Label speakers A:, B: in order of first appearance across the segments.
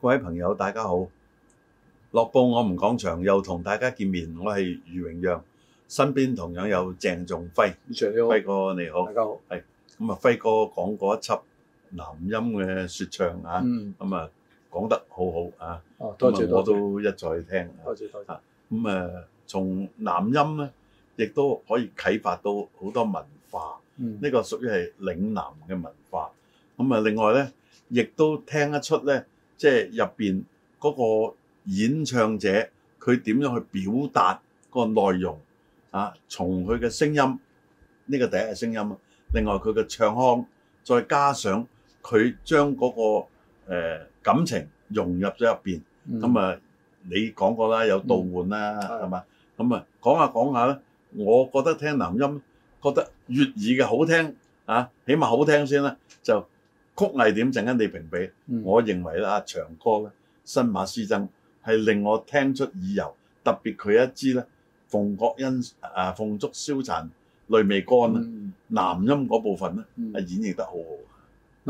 A: 各位朋友，大家好！樂報我們講場，又同大家見面，我係余榮讓，身邊同樣有鄭仲輝，
B: 以上你好，
A: 輝哥你好。
B: 大家好。
A: 咁啊，輝哥講過一輯南音嘅説唱啊，
B: 嗯，
A: 咁啊講得好好啊，
B: 哦，
A: 咁
B: 多
A: 啊
B: 謝
A: 我
B: 多謝，
A: 都一再聽啊。
B: 多謝多謝。
A: 咁誒，從南音咧，亦都可以啟發到好多文化。
B: 嗯，
A: 呢個屬於係嶺南嘅文化。咁啊，另外咧，亦都聽得出咧，即係入邊嗰個演唱者佢點樣去表達個內容啊？從佢嘅聲音，呢個第一係聲音啊。另外佢嘅唱腔，再加上佢將嗰個、呃、感情融入咗入邊。咁
B: 啊，
A: 啊，你講過啦，有倒換啦，
B: 係
A: 係嘛？咁啊，講下講下咧，我覺得聽南音，覺得粵語嘅好聽啊，起碼好聽先啦。就曲藝點陣間你評比，
B: 嗯
A: 我認為啦，長歌咧，新馬師曾係令我聽出耳油，特別佢一支咧，馮國恩啊，鳳燭燒殘淚未乾啊，
B: 嗯
A: 南音嗰部分咧，
B: 嗯
A: 係演繹得好好。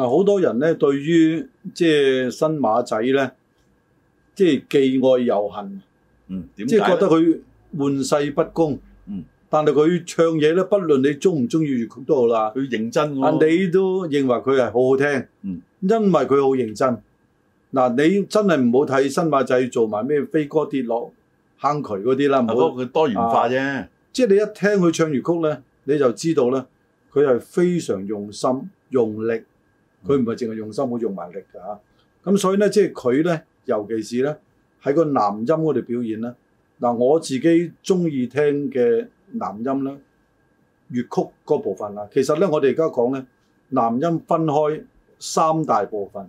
B: 嗱，好多人咧對於即係新馬仔咧，即係既愛又恨，
A: 嗯，點解
B: 即係
A: 咧
B: 覺得佢玩世不恭。
A: 嗯，
B: 但係佢唱嘢咧，不論你中唔中意粵曲都好啦，
A: 佢認真
B: 啊，
A: 喎？
B: 你都認為佢係好好聽。
A: 嗯，
B: 因為佢好認真。嗱，你真係唔好睇新馬仔做埋咩飛哥跌落坑渠嗰啲啦，唔
A: 不
B: 好
A: 過佢多元化啫。
B: 即係你一聽佢唱粵曲咧，你就知道咧，佢係非常用心用力，佢唔係淨係用心，佢用埋力㗎嚇。咁所以咧，即係佢咧，尤其是咧喺個南音嗰度表現咧，嗱我自己中意聽嘅南音咧，粵曲嗰部分啦。其實咧，我哋而家講咧，南音分開三大部分。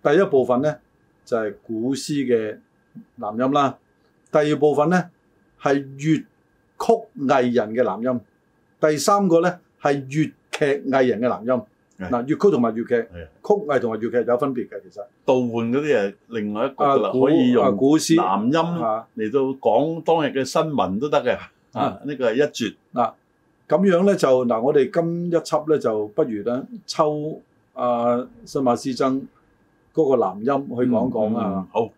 B: 第一部分咧就係、古詩嘅南音啦，第二部分咧係粵曲藝人嘅南音，第三個咧係粵劇藝人嘅南音。
A: 係
B: 嗱，粵曲同埋粵劇、
A: 係
B: 曲藝同埋粵劇有分別嘅，其實。
A: 倒換嗰啲係另外一個啦，
B: 古
A: 可以用
B: 啊古詩
A: 南音
B: 啊
A: 嚟到講當日嘅新聞都得嘅。啊，呢個係一絕。
B: 咁樣咧就嗱，我哋今一輯咧就不如咧抽啊新馬師曾嗰個南音去講一講啊。
A: 嗯，好，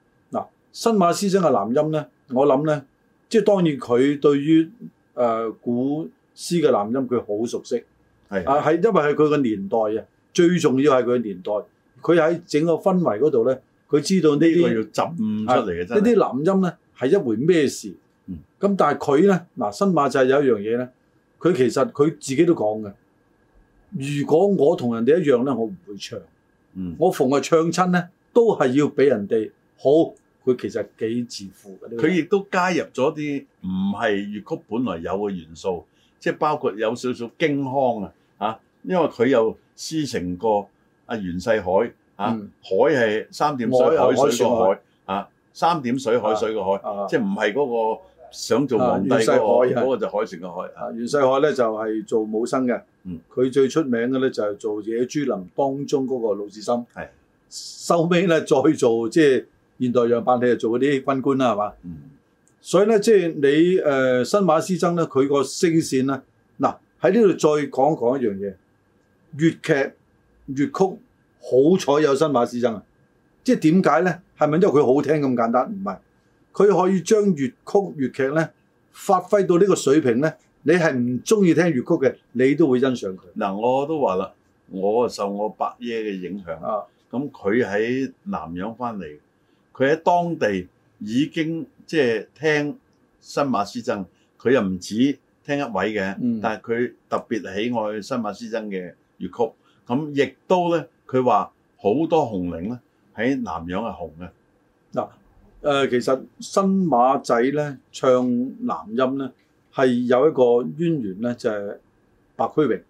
B: 新馬師曾嘅南音咧，我諗咧，即係當然佢對於誒、呃古詩嘅南音佢好熟悉，
A: 係
B: 啊係因為係佢嘅年代啊，最重要係佢嘅年代，佢喺整個氛圍嗰度咧，佢知道呢
A: 呢個
B: 啲
A: 要浸出嚟嘅真係。
B: 呢啲南音咧係一回咩事，咁、
A: 嗯
B: 但係佢咧嗱新馬就係有一樣嘢咧，佢其實佢自己都講嘅，如果我同人哋一樣咧，我唔會唱。
A: 嗯，
B: 我逢係唱親咧，都係要俾人哋好。佢其實幾自負嘅呢個
A: 佢
B: 人。
A: 亦都加入咗啲唔係粵曲本來有嘅元素，即係包括有少少京腔啊，啊，因為佢又師承過阿袁世凱啊，
B: 嗯
A: 海係三點水
B: 海啊
A: 海
B: 海
A: 水
B: 水
A: 個
B: 海
A: 海啊，三點水海水個海。
B: 啊，
A: 即係唔係嗰個想做皇帝
B: 啊袁世
A: 嗰、
B: 凱
A: 個
B: 啊
A: 嗰個就海城嘅海啊，
B: 啊袁世凱咧就係、做武生嘅
A: 嗯。
B: 佢、最出名嘅咧就係、做野豬林當中嗰個魯智深。
A: 係
B: 收尾咧再做即係現代樣板，你就做嗰啲軍官啦，係嘛？
A: 嗯
B: 所以咧，即係你誒、呃新馬師曾咧，佢個聲線咧，嗱喺呢度再講一講一樣嘢，粵劇粵曲好彩有新馬師曾啊！即係點解咧？係咪因為佢好聽咁簡單？唔係，佢可以將粵曲粵劇咧發揮到呢個水平咧，你係唔中意聽粵曲嘅，你都會欣賞佢
A: 嗱，我都話啦，我受我伯爺嘅影響，
B: 啊！
A: 咁佢喺南洋翻嚟，佢喺當地已經即係聽新馬師曾，佢又唔止聽一位嘅，
B: 嗯
A: 但係佢特別喜愛新馬師曾嘅粵曲，咁亦都咧，佢話好多紅伶咧喺南洋係紅嘅，
B: 誒、呃其實新馬仔咧唱南音咧係有一個淵源咧，就係、白駒榮。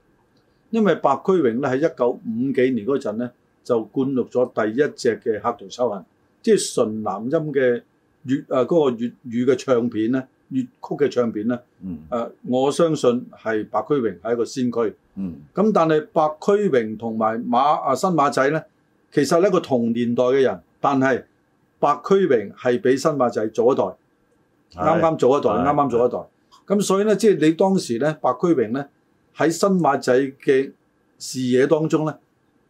B: 因為白駒榮咧喺一九五幾年嗰陣咧就灌錄咗第一隻嘅《客途秋恨》，即係純南音嘅粵誒啊嗰個粵語嘅唱片咧，粵曲嘅唱片咧。誒、
A: 嗯
B: 我相信係白駒榮係一個先驅。
A: 嗯
B: 咁但係白駒榮同埋馬啊新馬仔咧，其實呢個同年代嘅人，但係白駒榮係比新馬仔早一代，啱啱早一代，
A: 係
B: 啱啱早一代。咁所以咧，即係你當時咧，白駒榮咧喺新馬仔嘅視野當中咧，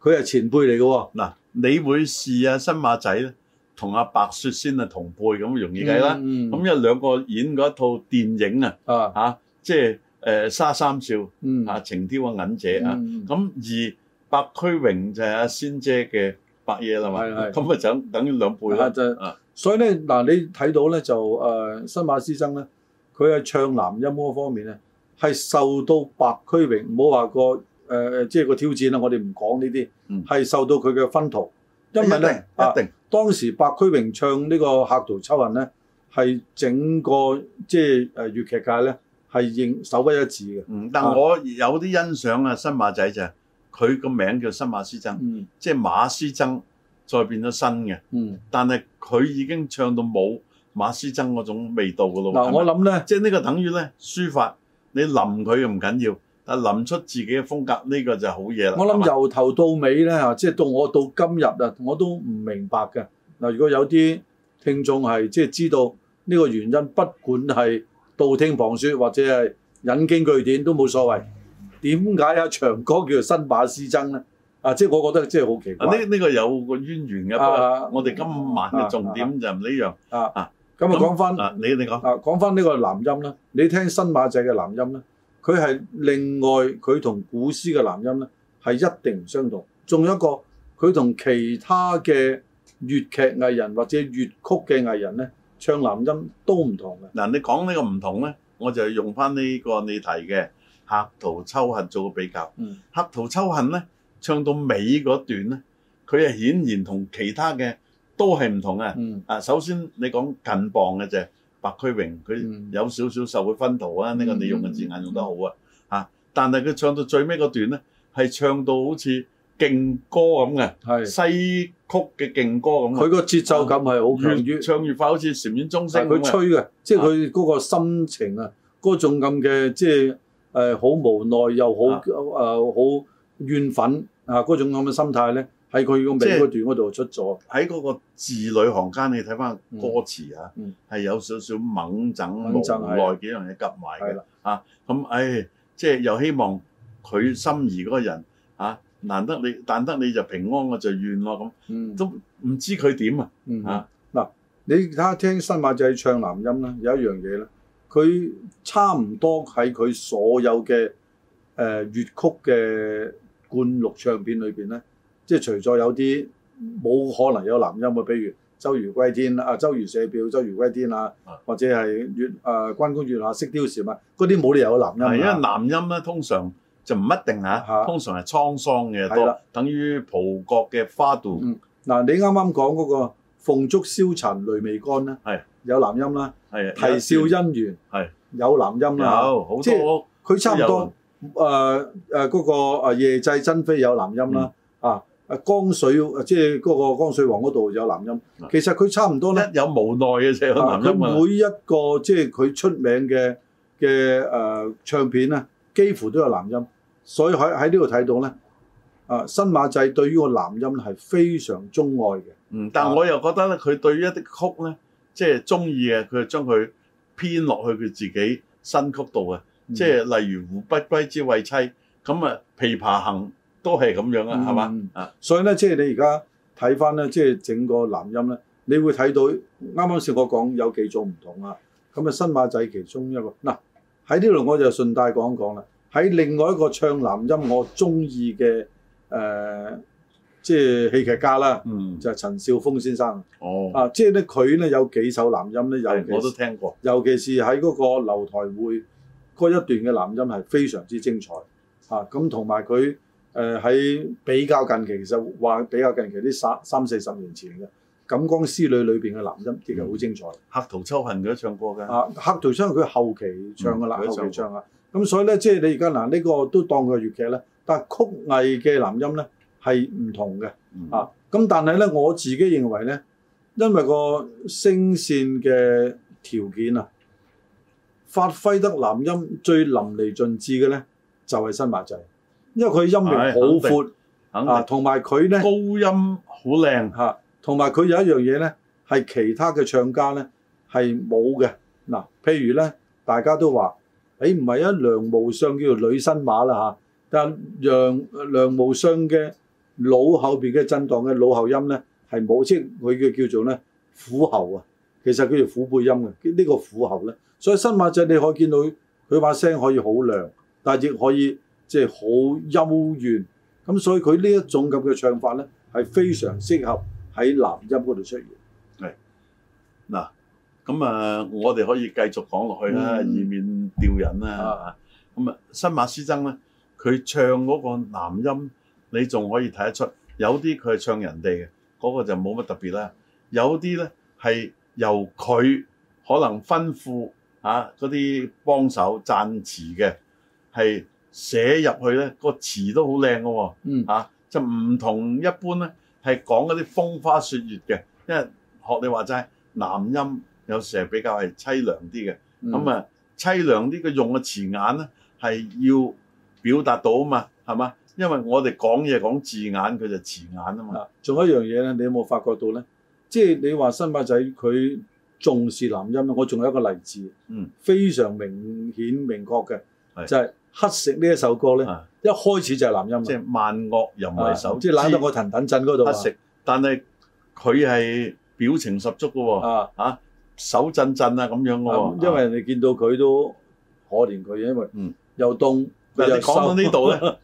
B: 佢係前輩嚟嘅喎。
A: 嗱，你會試啊新馬仔咧，同阿白雪仙啊同輩咁容易計啦。
B: 嗯
A: 咁因為兩個演嗰一套電影啊，
B: 啊，
A: 嚇、即係誒、呃沙三少
B: 嗯
A: 啊，情挑啊銀姐啊。
B: 嗯
A: 咁、而白區榮就係阿仙姐嘅白嘢啦嘛，
B: 係係
A: 咁啊就等於兩倍
B: 係啊
A: 啦。
B: 就係
A: 啊
B: 所以咧嗱，你睇到咧就誒、呃新馬師曾咧，佢喺唱男音嗰方面咧係受到白區榮，唔好話個誒、呃即係個挑戰啦，我哋唔講呢啲
A: 嗯，
B: 係、受到佢嘅薰陶，因為咧
A: 一
B: 啊
A: 定一定
B: 當時白區榮唱呢個《客途秋恨》咧，係整個即係誒呃粵劇界咧係認首屈一指嘅。
A: 嗯，但
B: 啊
A: 我有啲欣賞啊新馬仔就係佢個名叫新馬師曾，
B: 嗯
A: 即係馬師曾再變咗新嘅。
B: 嗯，
A: 但係佢已經唱到冇馬師曾嗰種味道噶咯喎。
B: 嗱、
A: 係咪
B: 我諗咧，
A: 即係呢個等於咧書法，你臨佢又唔緊要，但係臨出自己嘅風格呢、個就好嘢啦。
B: 我諗
A: 就
B: 由頭到尾咧嚇，即係到我到今日啊，我都唔明白嘅。嗱，如果有啲聽眾係即係知道呢個原因，不管係道聽旁説或者係引經據典都冇所謂。點解啊長歌叫做新馬師曾咧？啊，即係我覺得即係好奇怪。
A: 啊呢呢、個有個淵源嘅，不過
B: 啊
A: 我哋今晚嘅重點就唔呢樣。
B: 咁啊，
A: 咁
B: 講翻。
A: 啊，你你講
B: 啊，講翻呢個男音啦，你聽新馬仔嘅男音咧，佢係另外佢同古詩嘅男音咧係一定唔相同。仲有一個，佢同其他嘅粵劇藝人或者粵曲嘅藝人咧唱男音都唔同嘅。
A: 嗱，你講呢個唔同咧，我就用翻呢個你提嘅客途秋恨做個比較。
B: 嗯，
A: 客途秋恨咧，唱到尾嗰段咧，佢係顯然同其他嘅都係唔同嘅。
B: 嗯，
A: 啊，首先你講近磅嘅啫，白區榮佢
B: 嗯
A: 有少少受佢薰陶啊，呢、個你用嘅字眼用得好啊，
B: 嗯
A: 啊，但係佢唱到最尾嗰段咧，係唱到好似勁歌咁嘅，
B: 係。
A: 西曲嘅勁歌咁嘅，
B: 佢個節奏感係好強於
A: 越，唱啊越快，好似禪院鐘聲咁
B: 佢
A: 嘅。
B: 吹嘅，即係佢嗰個心情啊，嗰種咁嘅即係誒好無奈又好
A: 啊
B: 誒好怨憤啊嗰種咁嘅心態咧，喺佢個尾
A: 即係
B: 嗰段嗰度出咗。
A: 喺嗰個字裏行間，你睇翻歌詞啊，係、
B: 嗯
A: 有少少猛整無
B: 猛整係
A: 奈幾樣嘢夾埋
B: 係
A: 嘅
B: 啦。
A: 啊，咁唉，即係又希望佢心儀嗰個人啊，難得你，但得你就平安，我就怨咯咁。
B: 嗯
A: 都唔知佢點啊！
B: 嗯
A: 啊
B: 嗱，你睇下聽新馬仔唱男音啦，有一樣嘢咧，佢差唔多喺佢所有嘅誒、呃、粵曲嘅灌錄唱片裏邊咧，即係除咗有啲冇可能有男音嘅，譬如《周瑜歸天》啊，《周瑜射鵰》《周瑜歸天》啊
A: 啊，
B: 或者係月誒、呃、關公月下識貂蟬啊，嗰啲冇理由有男
A: 係
B: 音
A: 因
B: 啊
A: 為男音咧，通常就唔一定嚇，
B: 嚇
A: 通常係滄桑嘅
B: 係
A: 多
B: 啦，
A: 等於葡國嘅花度
B: 嗯嗱，你啱啱講嗰個鳳燭燒塵淚未乾咧，
A: 係
B: 有男音啦，
A: 係
B: 啼笑
A: 有
B: 姻緣
A: 係
B: 有男音啦。
A: 有好
B: 即係
A: 多
B: 佢差唔多誒誒嗰個誒夜祭真妃有男音啦，
A: 嗯
B: 啊誒江水誒即係嗰個江水王嗰度有男音
A: 啊。
B: 其實佢差唔多咧，
A: 一有無奈嘅就有
B: 啊
A: 男
B: 佢
A: 音啊！
B: 每一個即係佢出名嘅嘅誒唱片咧，幾乎都有男音。所以喺喺呢度睇到咧，啊新馬仔對於個男音係非常鍾愛嘅。
A: 嗯，
B: 啊
A: 但我又覺得咧，佢對於一啲曲咧，即係中意嘅，佢就將佢編落去佢自己新曲度啊。
B: 嗯
A: 即係例如《胡不歸之為妻》，咁啊《琵琶行》都係咁樣啊，
B: 嗯
A: 係嘛
B: 嗯
A: 啊？
B: 所以咧，即係你而家睇翻咧，即係整個男音咧，你會睇到啱啱先我講有幾種唔同啊。咁啊，新馬仔其中一個嗱，喺呢度我就順帶講一講啦。喺另外一個唱男音我中意嘅誒，即係戲劇家啦，
A: 嗯，
B: 就係、陳少峰先生
A: 哦，
B: 啊。即係咧，佢咧有幾首男音咧，
A: 係
B: 尤
A: 我
B: 其
A: 都
B: 是
A: 聽過。
B: 尤其是喺嗰個樓台會嗰一段嘅男音係非常之精彩啊！咁同埋佢誒喺比較近期，其實話比較近期啲三三四十年前嘅《錦江詩侶》裏邊嘅男音亦係好精彩
A: 客途秋恨佢都唱過㗎，
B: 啊！黑桃商佢後期唱嘅啦，
A: 嗯佢
B: 後
A: 唱
B: 期唱啊！咁所以咧，即係你而家嗱呢個都當佢係粵劇啦，但係曲藝嘅男音咧係唔同嘅。
A: 嗯
B: 啊，咁但係咧，我自己認為咧，因為個聲線嘅條件啊，發揮得男音最淋漓盡致嘅咧，就係、新馬仔，因為佢音域
A: 係
B: 好闊
A: 肯定
B: 啊，同埋佢咧
A: 高音好靚，
B: 嚇，同埋佢有一樣嘢咧，係其他嘅唱家咧係冇嘅。嗱、譬如咧，大家都話誒、誒唔係啊，梁無相叫做女身馬啦嚇，但梁梁無相嘅腦後邊嘅震盪嘅腦後音咧係冇，即係佢嘅叫做咧虎喉啊，其實佢叫虎背音嘅，呢、個虎喉咧，所以新馬仔你可以見到佢把聲可以好亮，但亦可以即係好幽怨，咁所以佢呢一種咁嘅唱法咧係非常適合喺男音嗰度出現。
A: 嗱，咁啊，我哋可以繼續講落去啦，
B: 嗯
A: 以免吊人啦
B: 啊。
A: 咁啊，新馬師曾咧，佢唱嗰個男音，你仲可以睇得出，有啲佢係唱人哋嘅，嗰、個就冇乜特別啦。有啲咧係由佢可能吩咐啊嗰啲幫手贊詞嘅，係寫入去咧、個詞都好靚嘅喎。
B: 嗯
A: 啊，就唔同一般咧，係講嗰啲風花雪月嘅，因為學你話齋，男音有時係比較係凄涼啲嘅，
B: 嗯
A: 咁啊凄涼啲嘅用嘅詞眼咧係要表達到啊嘛，係嘛？因為我哋講嘢講字眼，佢就詞眼啊嘛，
B: 啊，仲有一樣嘢咧，你有冇發覺到咧？即係你話新馬仔佢重視男音咧，我仲有一個例子，
A: 嗯，
B: 非常明顯明確嘅，
A: 係
B: 就係《乞食》呢一首歌咧，
A: 啊，
B: 一開始就係男音啊
A: 即係萬惡淫為首，
B: 嗯啊即係冷到我騰騰震嗰度啊
A: 乞食，但係佢係表情十足嘅喎、
B: 啊，
A: 手震震啊咁樣嘅喎、
B: 因為人哋見到佢都可憐佢，因為
A: 嗯
B: 又凍，佢
A: 嗱，
B: 又
A: 你講到
B: 瘦
A: 呢度咧，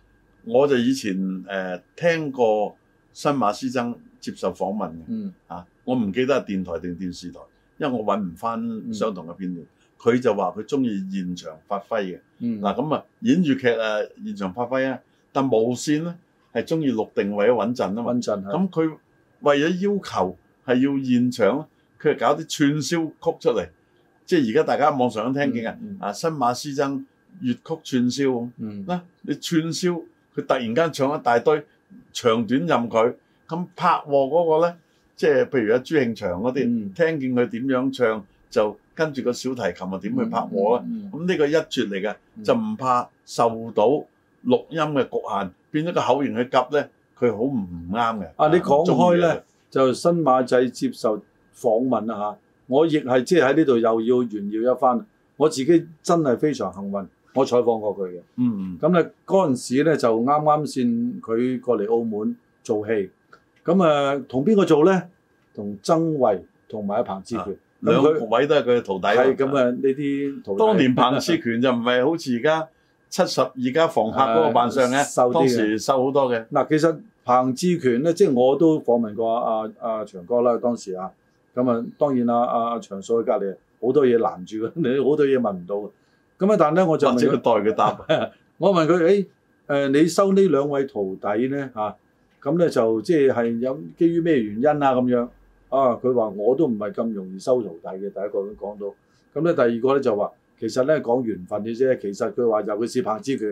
A: 我就以前誒、呃、聽過新馬師曾接受訪問嘅
B: 嗯
A: 啊，我唔記得係電台定電視台，因為我揾唔
B: 嗯
A: 翻相同嘅片段。佢、就話佢中意現場發揮嘅
B: 嗯
A: 嗱，咁啊演粵劇誒現場發揮啊，但無線咧係中意錄定為咗穩陣啊嘛。
B: 穩陣係
A: 咁佢為咗要求係要現場呢，佢係搞啲串燒曲出嚟，即係而家大家網上都聽見嘅、
B: 嗯嗯
A: 啊，新馬師曾粵曲串燒咁。
B: 嗯
A: 嗱，你串燒佢突然間唱一大堆長短任佢，咁拍和嗰個咧，即係譬如阿朱慶祥嗰啲，
B: 嗯
A: 聽見佢點樣唱，就跟住個小提琴啊點去拍和啦。
B: 嗯
A: 咁呢、個一絕嚟嘅，
B: 嗯
A: 就唔怕受到錄音嘅局限，變咗個口型去夾咧，佢好唔啱嘅。
B: 啊你講
A: 唔中
B: 開呢
A: 意嘅
B: 就新馬仔接受訪問啦嚇，我亦係即係喺呢度又要炫耀一番。我自己真係非常幸運，我採訪過佢嘅。
A: 嗯
B: 咁咧嗰陣時咧就啱啱先佢過嚟澳門做戲，咁啊同邊個做咧？同曾慧同埋阿彭志權。
A: 啊兩
B: 咁佢
A: 個位都係佢嘅徒弟喎。
B: 係咁啊，呢啲徒弟
A: 當年彭志權就唔係好似而家七十二家房客嗰個扮相
B: 啊瘦
A: 嘅，
B: 啲嘅
A: 當時瘦好多嘅。
B: 嗱，其實彭志權咧，即係我都訪問過阿阿阿長哥啦，當時啊，咁啊當然啦，阿阿長嫂喺隔離好多嘢攔住嘅，你 好多嘢問唔到嘅。咁啊，但咧我就
A: 或
B: 問
A: 者佢
B: 佢，
A: 代佢答，
B: 我問佢，誒、誒，你收呢兩位徒弟咧嚇，咁、咧就即係係有基於咩原因啊咁樣？啊，佢話我都唔係咁容易收徒弟嘅，第一個都講到。咁咧第二個咧就話，其實咧講緣分嘅啫。其實佢話尤其是彭之權，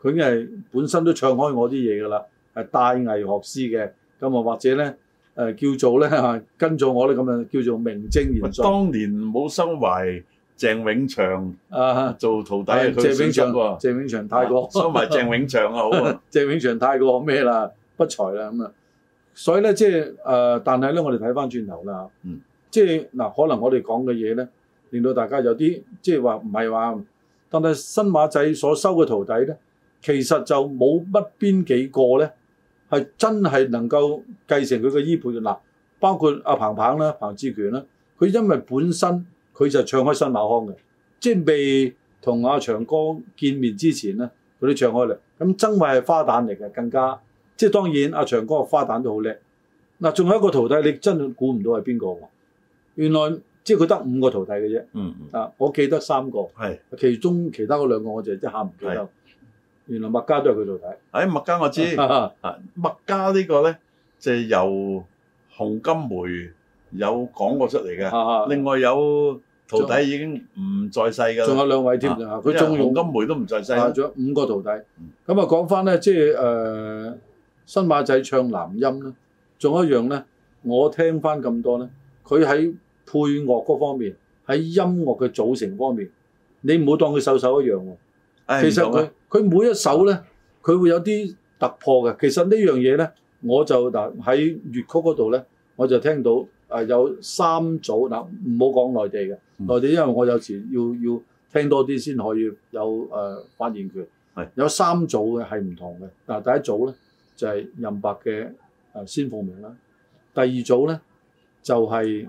B: 佢已經係本身都唱開我啲嘢㗎啦，係帶藝學師嘅。咁啊或者咧誒、叫做咧嚇跟咗我咧咁啊叫做名正言順
A: 當年冇收埋鄭永祥
B: 啊。
A: 做徒弟，
B: 係
A: 佢
B: 謝永
A: 祥
B: 祥，
A: 喎，啊
B: 謝永祥太過。
A: 收埋鄭永祥啊，好 啊，
B: 謝永祥太過咩啦，不才啦咁啊，所以咧即係誒、呃但係咧我哋睇翻轉頭啦，
A: 嗯，
B: 即係嗱、可能我哋講嘅嘢咧，令到大家有啲即係話唔係話，但係新馬仔所收嘅徒弟咧，其實就冇乜邊幾個咧係真係能夠繼承佢嘅衣缽嘅嗱，包括阿彭彭啦、彭志權啦，佢因為本身佢就唱開新馬腔嘅，即係未同阿長哥見面之前咧。佢都唱開嚟。咁曾慧係花旦嚟嘅，更加即係當然阿長哥個花旦都好叻。嗱，仲有一個徒弟，你真係估唔到係邊個喎？原來即係佢得五個徒弟嘅啫。
A: 嗯，嗯
B: 啊，我記得三個，
A: 係，
B: 其中其他嗰兩個我就一下唔記
A: 係
B: 得。原來麥家都係佢徒弟。
A: 誒哎麥家我知，
B: 啊
A: 啊麥家呢個咧就係由洪金梅有講過出嚟嘅，
B: 啊
A: 另外有徒弟已經唔在世㗎
B: 仲
A: 啦，
B: 有兩位添
A: 啊
B: 啊！
A: 因
B: 佢
A: 為
B: 仲
A: 洪
B: 用
A: 金梅都唔在世
B: 啊，
A: 啦，
B: 仲有五個徒弟。咁啊，講翻咧，即係誒、呃新馬仔唱男音咧，仲有一樣咧，我聽翻咁多咧，佢喺配樂嗰方面，喺音樂嘅組成方面，你唔好當佢首首一樣喎。
A: 唉
B: 其實
A: 唔同啊
B: 佢佢每一首咧，佢會有啲突破嘅。其實呢樣嘢咧，我就嗱喺粵曲嗰度咧，我就聽啊到誒、呃有三組嗱，唔好講內地嘅，
A: 嗯
B: 內地因為我有時要要聽多啲先可以有誒、呃、發言權。
A: 係
B: 有三組嘅係唔同嘅。嗱，第一組咧就係、任白嘅誒先鳳鳴啦，第二組咧就係、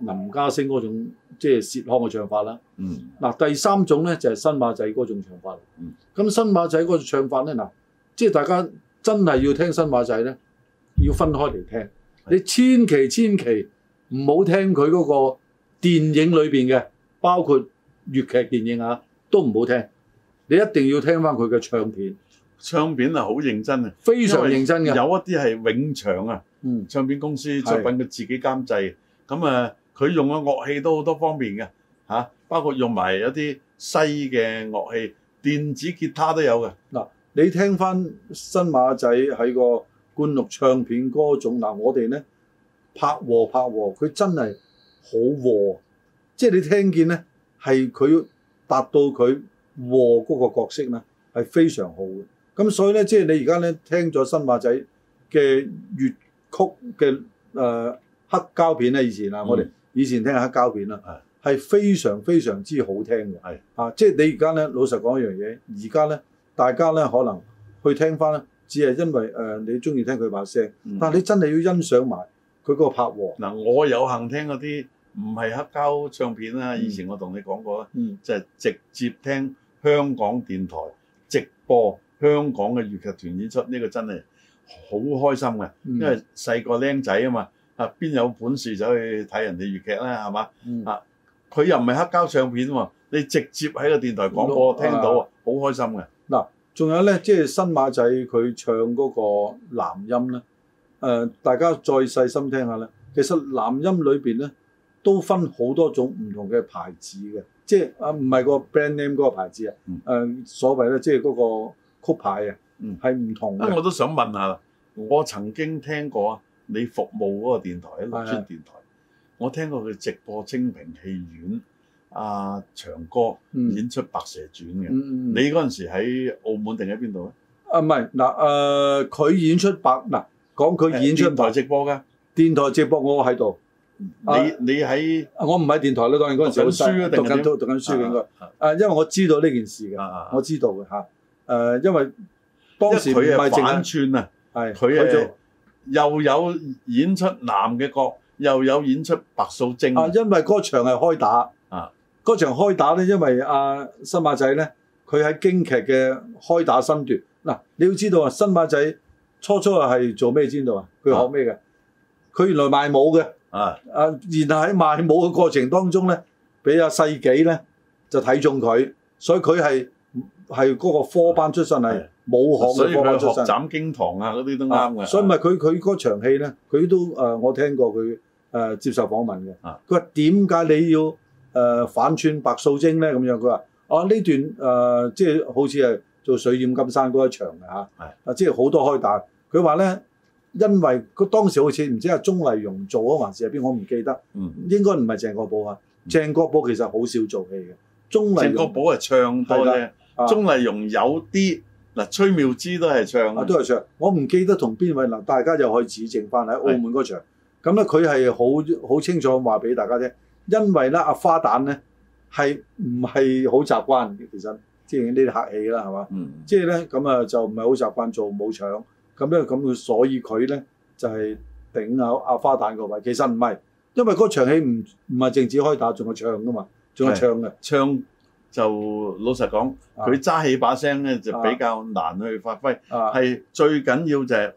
B: 林家聲嗰種即係薛腔嘅唱法啦。
A: 嗯
B: 嗱，第三種咧就係、新馬仔嗰種唱法。
A: 嗯
B: 咁新馬仔嗰種唱法咧，嗱，即係大家真係要聽新馬仔咧，要分開嚟聽。你千祈千祈唔好聽佢嗰個電影裏邊嘅，包括粵劇電影啊，都唔好聽。你一定要聽翻佢嘅唱片，
A: 唱片係好認真啊，
B: 非常認真
A: 有一
B: 嘅。
A: 啲係永長啊，
B: 嗯，
A: 唱片公司
B: 係
A: 作品佢自己監製，咁啊佢用嘅樂器都好多方面嘅嚇、啊包括用埋有啲西嘅樂器，電子吉他都有嘅。
B: 你聽翻新馬仔喺個官錄唱片嗰種嗱，我哋咧拍和拍和，佢真係好和，即係你聽見咧係佢達到佢和嗰個角色咧係非常好嘅。咁所以咧，即係你而家咧聽咗新馬仔嘅粵曲嘅誒、呃黑膠片咧，以前啊，
A: 嗯
B: 我哋以前聽黑膠片啦，啊係非常非常之好聽嘅。
A: 係
B: 啊，即係你而家咧，老實講一樣嘢，而家咧大家咧可能去聽翻咧，只係因為誒、呃你中意聽佢把聲，
A: 嗯
B: 但係你真係要欣賞埋佢個拍和。
A: 嗱，我有幸聽嗰啲唔係黑膠唱片啦，
B: 嗯
A: 以前我同你講過啦，
B: 嗯，
A: 就係直接聽香港電台直播香港嘅粵劇團演出，呢、個真係好開心嘅，
B: 嗯
A: 因為細個僆仔啊嘛，啊邊有本事走去睇人哋粵劇啦，係嘛？
B: 嗯
A: 啊佢又唔係黑膠唱片喎，你直接喺個電台廣播
B: 嗯
A: 聽到啊，好開心嘅。
B: 仲有咧，即係新馬仔佢唱嗰個男音咧，誒、大家再細心聽下咧，其實男音裏邊咧都分好多種唔同嘅牌子嘅，即係啊唔係個 brand name 嗰個牌子啊，誒、
A: 嗯
B: 所謂咧即係嗰個曲牌啊
A: 嗯，
B: 係唔、同
A: 啊，
B: 嘅，
A: 我都想問下啦，我曾經聽過啊，你服務嗰個電台，
B: 啊
A: 綠村電台，我聽過佢直播清平戲院阿長哥
B: 嗯
A: 演出《白蛇傳》嘅。
B: 嗯嗯
A: 你嗰陣時喺澳門定喺邊度
B: 啊唔係嗱呃誒，佢、演出白嗱講
A: 咧？
B: 佢演出
A: 電
B: 白
A: 台直播㗎，
B: 電台直播我喺度。啊
A: 你你喺
B: 我唔喺電台啦，當然嗰陣時好細，
A: 讀緊書啊
B: 讀
A: 定係點
B: 緊讀讀緊書嘅應該。
A: 啊
B: 啊，因為我知道呢件事
A: 啊
B: 嘅，
A: 啊，
B: 我知道嘅嚇。誒，因為當時
A: 因
B: 唔
A: 為佢
B: 係
A: 係反
B: 淨
A: 串啊，
B: 係
A: 佢
B: 佢
A: 誒
B: 做
A: 又有演出男嘅角，又有演出白素貞
B: 啊，因為嗰場係開打
A: 啊，
B: 嗰場開打咧，因為阿新馬仔咧，佢喺京劇嘅開打身段嗱，你要知道啊，新馬仔初初係做咩知道啊？佢學咩嘅？佢原來賣武嘅。
A: 啊，
B: 啊，然後喺賣武嘅過程當中咧，俾阿世紀咧就睇中佢，所以佢係係嗰個科班出身，係
A: 係
B: 武行
A: 所
B: 嘅
A: 以
B: 科
A: 佢
B: 班出
A: 學
B: 身。
A: 斬經堂啊嗰啲都啱嘅。
B: 啊所以咪佢佢嗰場戲咧，佢都誒、呃我聽過佢誒、呃接受訪問嘅
A: 啊。
B: 佢話點解你要誒、呃反串白素貞咧？咁樣佢話啊呢段誒、呃即係好似係做水染金山嗰一場嘅嚇，
A: 係
B: 啊即係好多開打。佢話咧，因為佢當時好似唔知係鐘麗蓉做啊，還是係邊個我唔記得，
A: 嗯
B: 應該唔係鄭國寶啊。
A: 嗯
B: 鄭國寶其實好少做戲嘅，鐘
A: 鄭
B: 麗
A: 國
B: 蓉
A: 寶係唱多
B: 係
A: 啫，
B: 啊
A: 鐘麗蓉有啲嗱，崔妙芝都係唱
B: 啊，
A: 嘅，
B: 都係上，我唔記得同邊位嗱，大家又可以指正翻喺澳門嗰場。咁咧，佢係好好清楚話俾大家聽，因為咧阿花旦咧係唔係好習慣嘅，其實即係呢啲客氣啦，係嘛？
A: 嗯
B: 即係咧咁啊，就唔係好習慣做武場。咁咧咁佢所以佢咧就係、頂阿阿花旦個位。其實唔係，因為嗰場戲唔唔係淨止開打，仲有唱噶嘛，仲有
A: 係
B: 唱嘅。
A: 唱就老實講，
B: 啊
A: 佢揸起把聲咧就比較難去發揮，
B: 啊
A: 係最緊要就係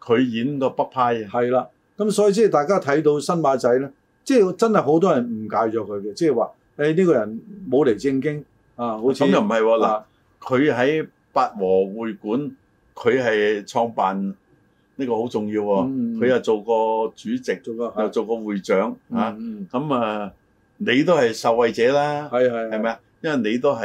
A: 佢演個北派啊，
B: 係啦，咁所以即係大家睇到新馬仔咧，即係真係好多人誤解咗佢嘅，即係話誒呢個人冇嚟正經啊，好似
A: 咁又唔係喎嗱。
B: 啊
A: 佢喺八和會館，佢係創辦呢、個好重要喎、
B: 嗯
A: 佢又做過主席，
B: 做個
A: 又
B: 係
A: 做過會長啊。
B: 嗯
A: 咁啊，你都係受惠者
B: 嗯
A: 啦，
B: 係係
A: 係咪啊？因為你都係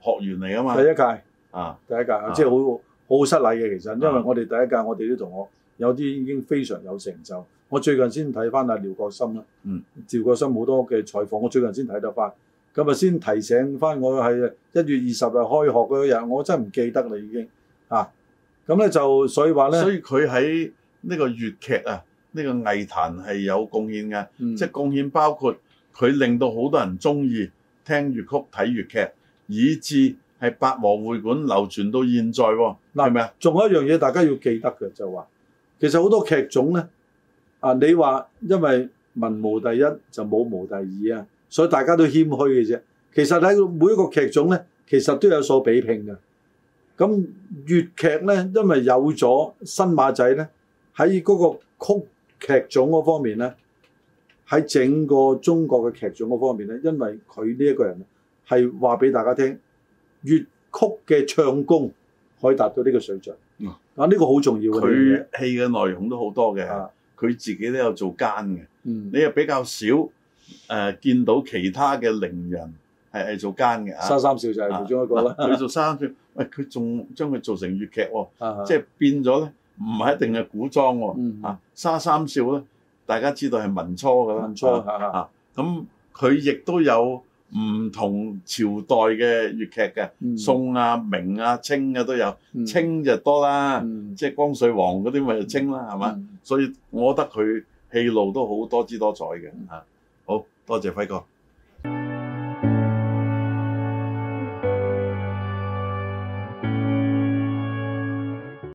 A: 學員嚟噶嘛
B: 第。一屆
A: 啊，
B: 第一屆即係好好失禮嘅其實，因為我哋第一屆我哋啲同學有啲已經非常有成就。我最近先睇翻阿廖國森啦，
A: 嗯，
B: 廖國森好多嘅採訪，我最近先睇得翻。咁啊，先提醒翻我係一月二十日開學嗰日，我真係唔記得啦已經啊。咁咧就所以話咧，
A: 所以佢喺呢個粵劇啊，呢、個藝壇係有貢獻嘅，
B: 嗯
A: 即係貢獻包括佢令到好多人中意聽粵曲、睇粵劇，以至係八和會館流傳到現在喎，
B: 嗱
A: 係咪啊？
B: 仲有一樣嘢大家要記得嘅就話，其實好多劇種咧，啊你話因為文無第一就武無第二啊，所以大家都謙虛嘅啫。其實喺每一個劇種咧，其實都有所比拼嘅。咁粵劇咧，因為有咗新馬仔咧，喺嗰個曲劇種嗰方面咧，喺整個中國嘅劇種嗰方面咧，因為佢呢一個人啊係話俾大家聽，粵曲嘅唱功可以達到呢個水準。
A: 嗯
B: 啊，呢、個好重要嘅呢樣嘢
A: 佢戲嘅內容都好多嘅，
B: 啊
A: 佢自己都有做奸嘅。
B: 嗯，
A: 你又比較少誒、呃、見到其他嘅伶人係係做奸嘅
B: 沙
A: 啊。
B: 三少就係其中一個啦。
A: 佢做三段，喂，佢仲將佢做成粵劇喎、
B: 啊
A: 即係變咗咧，唔係一定係古裝喎、
B: 嗯
A: 啊，沙三少咧，大家知道係民初㗎啦。
B: 文初
A: 啊
B: 嚇嚇
A: 啊，咁佢亦都有唔同朝代嘅粵劇嘅，
B: 嗯
A: 宋啊、明啊、清啊都有，
B: 嗯
A: 清就多啦，
B: 嗯
A: 即係光緒皇嗰啲咪就清啦，係嘛？
B: 嗯
A: 啊所以我覺得佢戲路都好多姿多彩嘅嚇。好多謝輝哥。